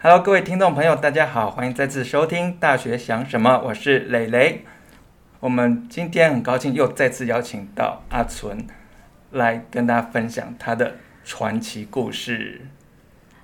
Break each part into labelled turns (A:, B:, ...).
A: Hello，各位听众朋友，大家好，欢迎再次收听《大学想什么》，我是蕾蕾。我们今天很高兴又再次邀请到阿纯来跟大家分享他的传奇故事。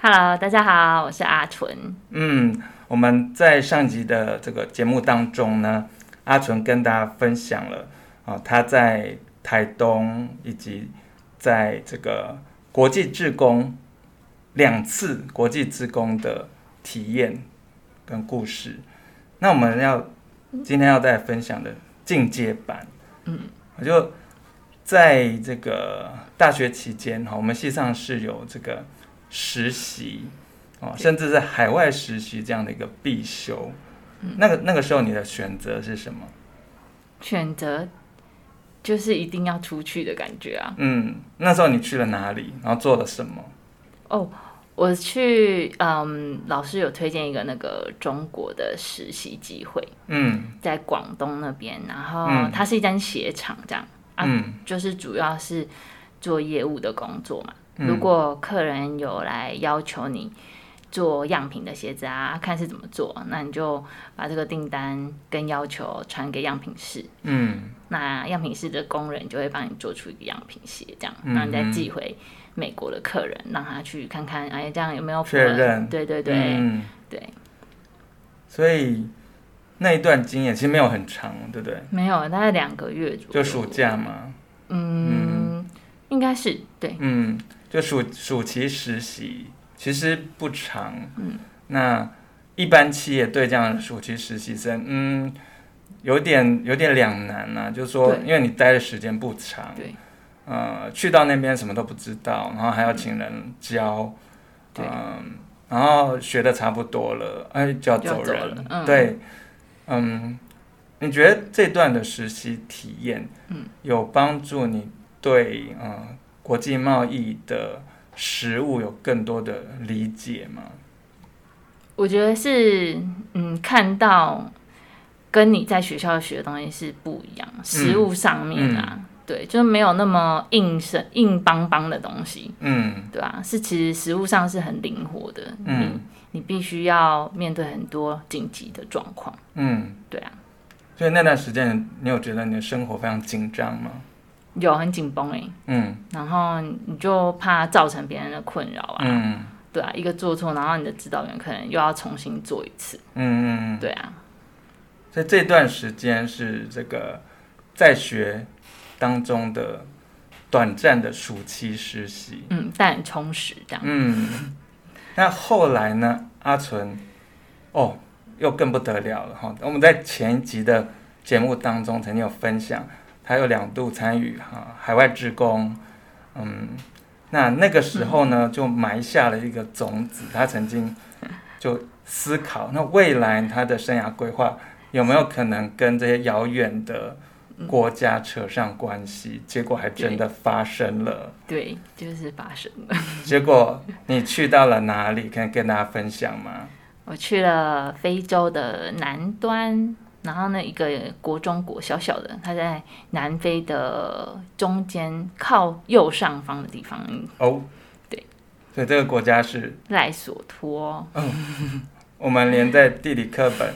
B: Hello，大家好，我是阿纯。
A: 嗯，我们在上集的这个节目当中呢，阿纯跟大家分享了啊、他在台东以及在这个国际志工两次国际志工的体验跟故事。那我们要今天要再分享的进阶版，嗯，我就在这个大学期间哦哈，我们系上是有这个实习。哦，甚至是海外实习这样的一个必修。
B: 嗯
A: 那个那个时候你的选择是什么？
B: 选择就是一定要出去的感觉啊！
A: 嗯，那时候你去了哪里，然后做了什么？
B: 我去，嗯，老师有推荐一个那个中国的实习机会，
A: 嗯
B: 在广东那边，然后
A: 嗯
B: 它是一间鞋厂，这样啊
A: 嗯
B: 就是主要是做业务的工作嘛。
A: 嗯
B: 如果客人有来要求你做样品的鞋子啊，看是怎么做，那你就把这个订单跟要求传给样品室，
A: 嗯
B: 那样品室的工人就会帮你做出一个样品鞋，这样，
A: 嗯
B: 那你再寄回美国的客人，让他去看看，哎，这样有没有符
A: 确
B: 合
A: 认
B: 对对对，
A: 嗯，
B: 对。
A: 所以那一段经验其实没有很长，对不对？
B: 没有，大概两个月左右，
A: 就暑，假嘛，
B: 嗯，应该是对，
A: 嗯，就暑暑期实习其实不长。
B: 嗯，
A: 那一般企业对这样的暑期实习生，嗯，有点有点两难呐、就是说，
B: 对
A: 因为你待的时间不长，
B: 对，
A: 呃，去到那边什么都不知道，然后还要请人教，
B: 对
A: 嗯，然后学的差不多了，哎，就要
B: 就要
A: 走
B: 走
A: 人，
B: 了嗯
A: 对，嗯，你觉得这段的实习体验，
B: 嗯，
A: 有帮助你对呃国际贸易的实物有更多的理解吗？
B: 我觉得是，嗯，看到跟你在学校学的东西是不一样，
A: 嗯
B: 实物上面啊，对，就没有那么硬生硬邦邦的东西，
A: 嗯
B: 对吧、是其实实物上是很灵活的，你
A: 嗯
B: 你必须要面对很多紧急的状况，
A: 嗯，
B: 对啊，
A: 所以那段时间你有觉得你的生活非常紧张吗？
B: 有很紧绷哎，
A: 嗯
B: 然后你就怕造成别人的困扰啊，
A: 嗯
B: 对啊，一个做错，然后你的指导员可能又要重新做一次，
A: 嗯嗯嗯，
B: 对啊，
A: 所以这段时间是这个在学当中的短暂的暑期实习。
B: 嗯，但很充实这样，
A: 嗯，那后来呢？阿纯，哦，又更不得了了哈！我们在前一集的节目当中曾经有分享，他有两度参与哈海外志工，嗯，那那个时候呢，就埋下了一个种子，他曾经就思考，那未来他的生涯规划有没有可能跟这些遥远的国家扯上关系？结果还真的发生了。
B: 对，就是发生了。
A: 结果你去到了哪里？可以跟大家分享吗？
B: 我去了非洲的南端，然后呢，一个国中国小小的，它在南非的中间靠右上方的地方，
A: 哦，
B: 对，
A: 所以这个国家是
B: 赖索托。
A: 我们连在地理课本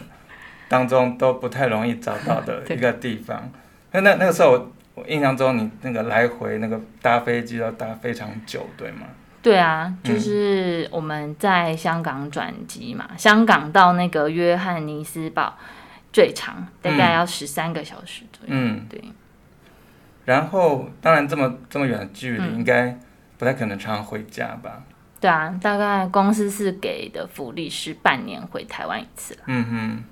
A: 当中都不太容易找到的
B: 对
A: 一个地方。那那那个时候我，我印象中你那个来回那个搭飞机要搭非常久，对吗？
B: 对啊，
A: 嗯
B: 就是我们在香港转机嘛，香港到那个约翰尼斯堡最长大概要十三个小时左右。
A: 嗯，
B: 对，
A: 然后当然这么这么远的距离，
B: 嗯
A: 应该不太可能常常回家吧？
B: 对啊，大概公司是给的福利是半年回台湾一次啦。
A: 嗯哼，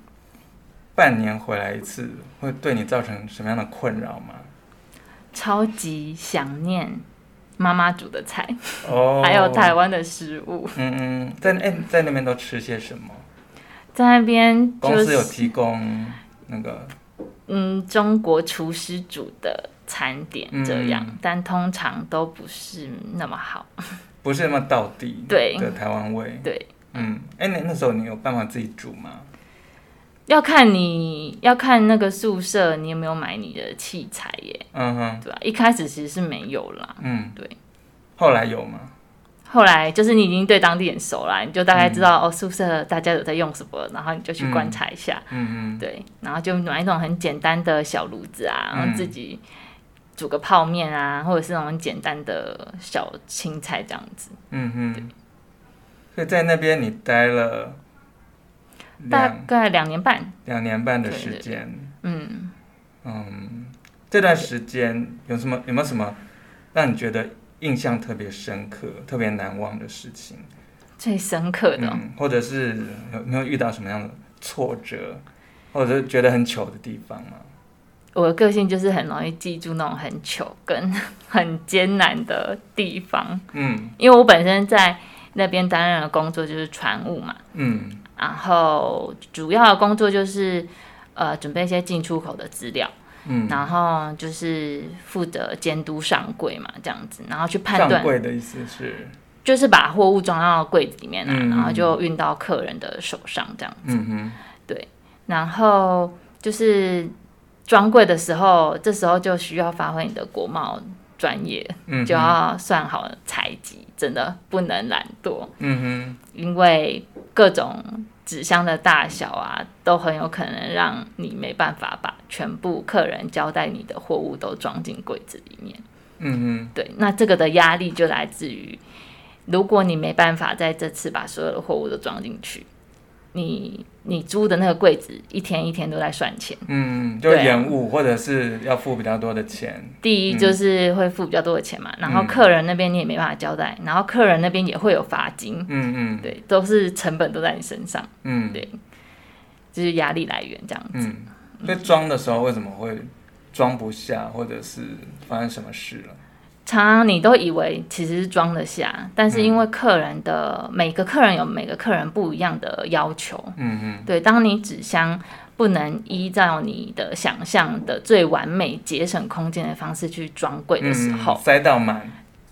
A: 半年回来一次，会对你造成什么样的困扰吗？
B: 超级想念妈妈煮的菜。
A: 哦，
B: 还有台湾的食物，
A: 嗯，嗯，在哎、在那边都吃些什么？
B: 在那边
A: 公
B: 就
A: 司有
B: 是
A: 提供那个，
B: 嗯中国厨师煮的餐点这样，
A: 嗯
B: 但通常都不是那么好。
A: 不是那么道地
B: 对
A: 的台湾味。
B: 对，
A: 嗯，哎、那那时候你有办法自己煮吗？
B: 要看你要看那个宿舍你有没有买你的器材耶，
A: 嗯哼，
B: 对吧、一开始其实是没有啦，
A: 嗯，
B: 对。
A: 后来有吗？
B: 后来就是你已经对当地很熟了，你就大概知
A: 嗯
B: 道、哦宿舍大家有在用什么，然后你就去观察一下，
A: 嗯嗯
B: 对，然后就买那种很简单的小炉子啊，然
A: 嗯
B: 后自己煮个泡面啊，或者是那种简单的小青菜这样子。
A: 嗯嗯。所以在那边你待了
B: 大
A: 两
B: 概两年半，
A: 两年半的
B: 对
A: 时
B: 对
A: 间，
B: 嗯，
A: 嗯，这段时间有什么有没有什么让你觉得印象特别深刻、特别难忘的事情？
B: 最深刻的哦、
A: 嗯，或者是有没有遇到什么样的挫折，或者是觉得很糗的地方吗？
B: 我的个性就是很容易记住那种很糗跟 很艰难的地方，
A: 嗯
B: 因为我本身在那边担任的工作就是船务嘛，
A: 嗯
B: 然后主要的工作就是呃准备一些进出口的资料，
A: 嗯，
B: 然后就是负责监督上柜嘛这样子，然后去判
A: 上
B: 断，
A: 柜的意思是，
B: 就是把货物装到柜子里面来、啊
A: 嗯
B: 然后就运到客人的手上这样。
A: 嗯哼，
B: 然后就是专柜的时候，这时候就需要发挥你的国贸专业，
A: 嗯哼
B: 就要算好采集，真的不能懒惰，
A: 嗯
B: 因为各种纸箱的大小啊，都很有可能让你没办法把全部客人交代你的货物都装进柜子里面。
A: 哼，嗯
B: 对，那这个的压力就来自于，如果你没办法在这次把所有的货物都装进去，你你租的那个柜子一天一天都在算钱。
A: 哼，嗯，就
B: 对啊
A: 延误或者是要付比较多的钱，
B: 第一就是会付比较多的钱嘛，然后客人那边你也没办法交代，然后客人那边也会有罚金，
A: 嗯嗯
B: 对，都是成本都在你身上，
A: 嗯，
B: 对就是压力来源这样。
A: 嗯，所以装的时候为什么会装不下，或者是发生什么事了？
B: 常常你都以为其实是装得下，但是因为客人的、每个客人有每个客人不一样的要求，
A: 嗯嗯。
B: 对，当你纸箱不能依照你的想象的最完美节省空间的方式去装柜的时候，
A: 嗯、塞到满，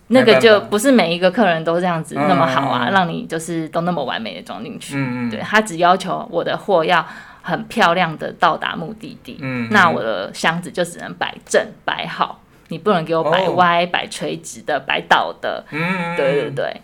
B: 那
A: 没
B: 个
A: 办
B: 就
A: 法
B: 不是每一个客人都这样子
A: 嗯
B: 那么好啊，
A: 嗯嗯
B: 让你就是都那么完美的装进去。
A: 嗯嗯，
B: 对他只要求我的货要很漂亮的到达目的地，
A: 嗯，嗯，
B: 那我的箱子就只能摆正摆好，你不能给我摆
A: 哦
B: 歪、摆垂直的、摆倒的。
A: 嗯，嗯
B: 对对，对，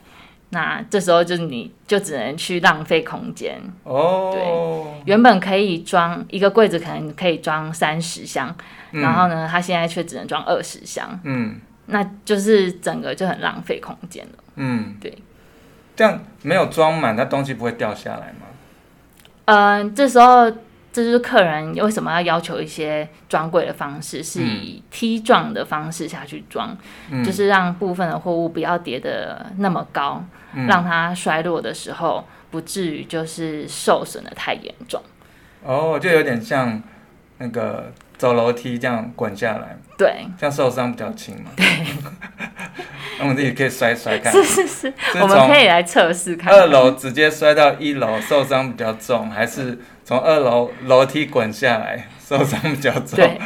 B: 那这时候就是你就只能去浪费空间。
A: 哦，
B: 原本可以装一个柜子，可能可以装三十箱，
A: 嗯
B: 然后呢，它现在却只能装二十箱，
A: 嗯
B: 那就是整个就很浪费空间了。
A: 嗯，
B: 对，
A: 这样没有装满，它东西不会掉下来吗？
B: 嗯、这时候这就是客人为什么要要求一些装柜的方式，是以梯状的方式下去装，
A: 嗯，
B: 就是让部分的货物不要叠得那么高，
A: 嗯
B: 让它衰落的时候不至于就是受损的太严重。
A: 哦，就有点像那个走楼梯这样滚下来，
B: 对，
A: 这样受伤比较轻嘛。对，那我们自己可以摔摔看，
B: 是是是，
A: 是
B: 我们
A: 从
B: 可以来测试看看。
A: 二楼直接摔到一楼受伤比较重，还是从二楼楼梯滚下来受伤比较重？
B: 对，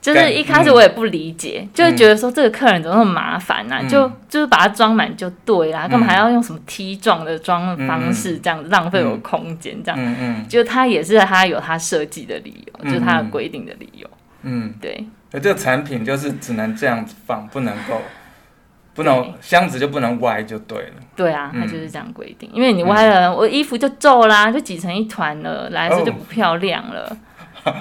B: 就是
A: 感
B: 一开始我也不理解，就会觉得说这个客人怎么那么麻烦呢、
A: 嗯
B: 就就是把它装满就对啦，
A: 嗯
B: 干嘛还要用什么梯状的装的方式，这样子浪费我空间？这样，
A: 嗯嗯
B: 就他也是他有他设计的理由，
A: 嗯
B: 就是他的规定的理由。
A: 嗯，
B: 对
A: 而这个产品就是只能这样子放，不能够，不能箱子就不能歪就对了。
B: 对啊，
A: 嗯
B: 他就是这样规定，因为你歪了，我衣服就皱啦，就挤成一团了，来的时
A: 哦
B: 候就不漂亮了。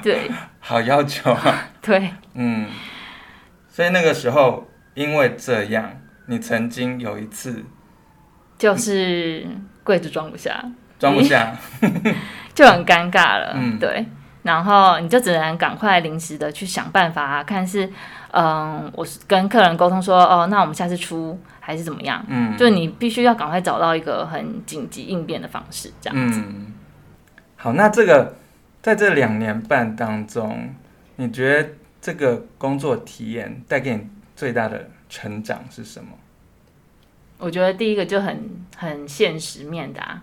B: 对
A: 好要求啊，
B: 对，
A: 嗯。所以那个时候，因为这样，你曾经有一次
B: 就是柜子装不下。
A: 装不下，
B: 就很尴尬了。
A: 嗯
B: 对，然后你就只能赶快临时的去想办法、啊，看是嗯，我是跟客人沟通说，哦，那我们下次出还是怎么样？
A: 嗯，
B: 就你必须要赶快找到一个很紧急应变的方式，这样。
A: 嗯，好，那这个在这两年半当中，你觉得这个工作体验带给你最大的成长是什么？
B: 我觉得第一个就很很现实面的、啊，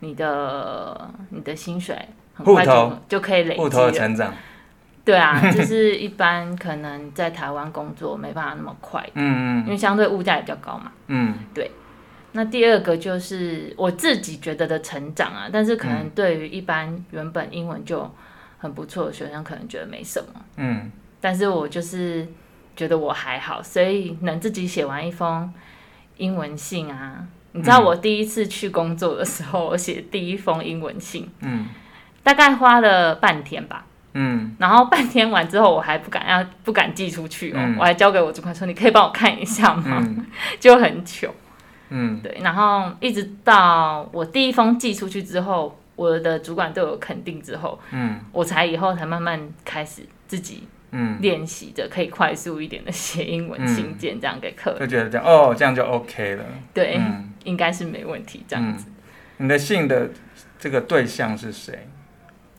B: 你的你的薪水很快
A: 户
B: 就就可以累
A: 户
B: 积
A: 头的
B: 了。
A: 成长，
B: 对啊，就是一般可能在台湾工作没办法那么快，
A: 嗯
B: 因
A: 嗯
B: 为相对物价也比较高嘛。
A: 嗯
B: 那第二个就是我自己觉得的成长啊，但是
A: 嗯
B: 可能对于一般原本英文就很不错的学生，可能觉得没什么。
A: 嗯
B: 但是我就是觉得我还好，所以能自己写完一封英文信啊，你知道我第一次去工作的时候，我写第一封英文信，
A: 嗯
B: 大概花了半天吧。
A: 嗯
B: 然后半天完之后，我还不敢要不敢寄出去哦，
A: 嗯
B: 我还交给我主管说：“你可以帮我看一下吗？”
A: 嗯
B: 就很糗。
A: 嗯
B: 对，然后一直到我第一封寄出去之后，我的主管对我肯定之后，
A: 嗯
B: 我才以后才慢慢开始自己
A: 嗯，
B: 练习着可以快速一点的写英文信件，这样给客人。
A: 就觉得这样哦，这样就 OK 了。
B: 对，
A: 嗯
B: 应该是没问题。这样
A: 嗯，你的信的这个对象是谁？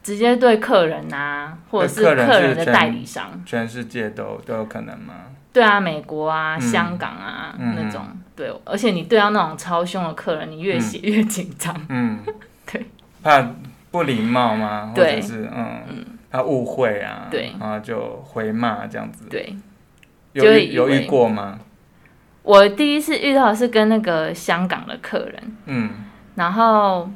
B: 直接对客人啊，或者是
A: 对客人是
B: 客人的
A: 全
B: 代理商，
A: 全世界都都有可能 吗？
B: 对啊，美国啊、
A: 嗯
B: 香港啊、
A: 嗯
B: 那种，对，而且你对到那种超凶的客人，你越写越紧张。
A: 嗯，
B: 对，
A: 怕不礼貌吗？或
B: 对
A: 者是嗯，怕误会啊，
B: 对
A: 然后就回骂这样子。
B: 对
A: 有
B: 就会
A: 遇
B: 以
A: 有遇
B: 为
A: 过吗？
B: 我第一次遇到的是跟那个香港的客人，
A: 嗯
B: 然后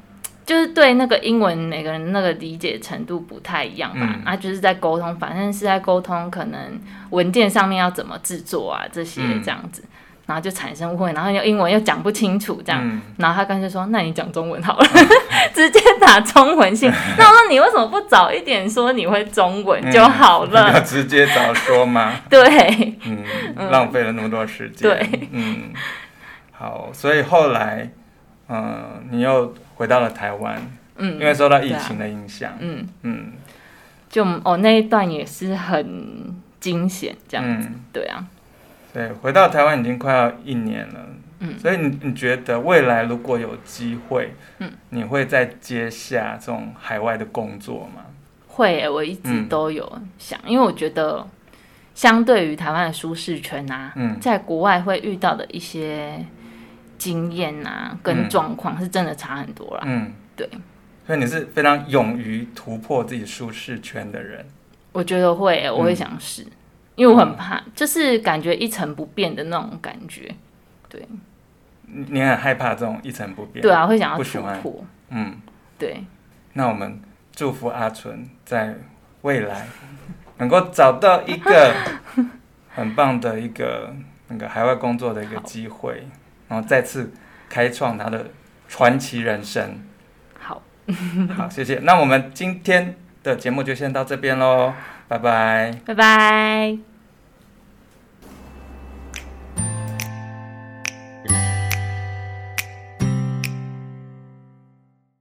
B: 就是对那个英文每个人那个理解程度不太一样吧，
A: 嗯
B: 啊，就是在沟通，反正是在沟通，可能文件上面要怎么制作啊这些
A: 嗯
B: 这样子，然后就产生误会，然后又英文又讲不清楚这样。
A: 嗯
B: 然后他干脆说：“那你讲中文好了， 直接打中 文信。”那我说：“你为什么不早一点说你会中文就好
A: 要
B: 了？”
A: 直接早说嘛，
B: 对，
A: 嗯，浪费了那么多时间。
B: 对，
A: 嗯，好，所以后来，嗯，你又回到了台湾，因
B: 嗯
A: 为受到疫情的影响，
B: 嗯，
A: 嗯
B: 就哦那一段也是很惊险，这样、
A: 嗯，
B: 对啊，
A: 对，回到台湾已经快要一年了，
B: 嗯
A: 所以你你觉得未来如果有机会，
B: 嗯，
A: 你会再接下这种海外的工作吗？
B: 会耶、我一直
A: 嗯
B: 都有想，因为我觉得相对于台湾的舒适圈啊，
A: 嗯
B: 在国外会遇到的一些经验啊跟
A: 嗯
B: 状况是真的差很多啦。
A: 嗯，
B: 对，
A: 所以你是非常勇于突破自己舒适圈的人，
B: 我觉得会耶、欸
A: 嗯
B: 我会想试，因为我很怕，就是感觉一成不变的那种感觉。
A: 你你很害怕这种一成不变，
B: 对，啊，会想要
A: 不喜
B: 突
A: 欢
B: 破。
A: 嗯。
B: 对，
A: 那我们祝福阿纯在未来 能够找到一个很棒的一个那个海外工作的一个机会，然后再次开创他的传奇人生。
B: 好，
A: 好，谢谢。那我们今天的节目就先到这边喽，拜拜。
B: 拜拜。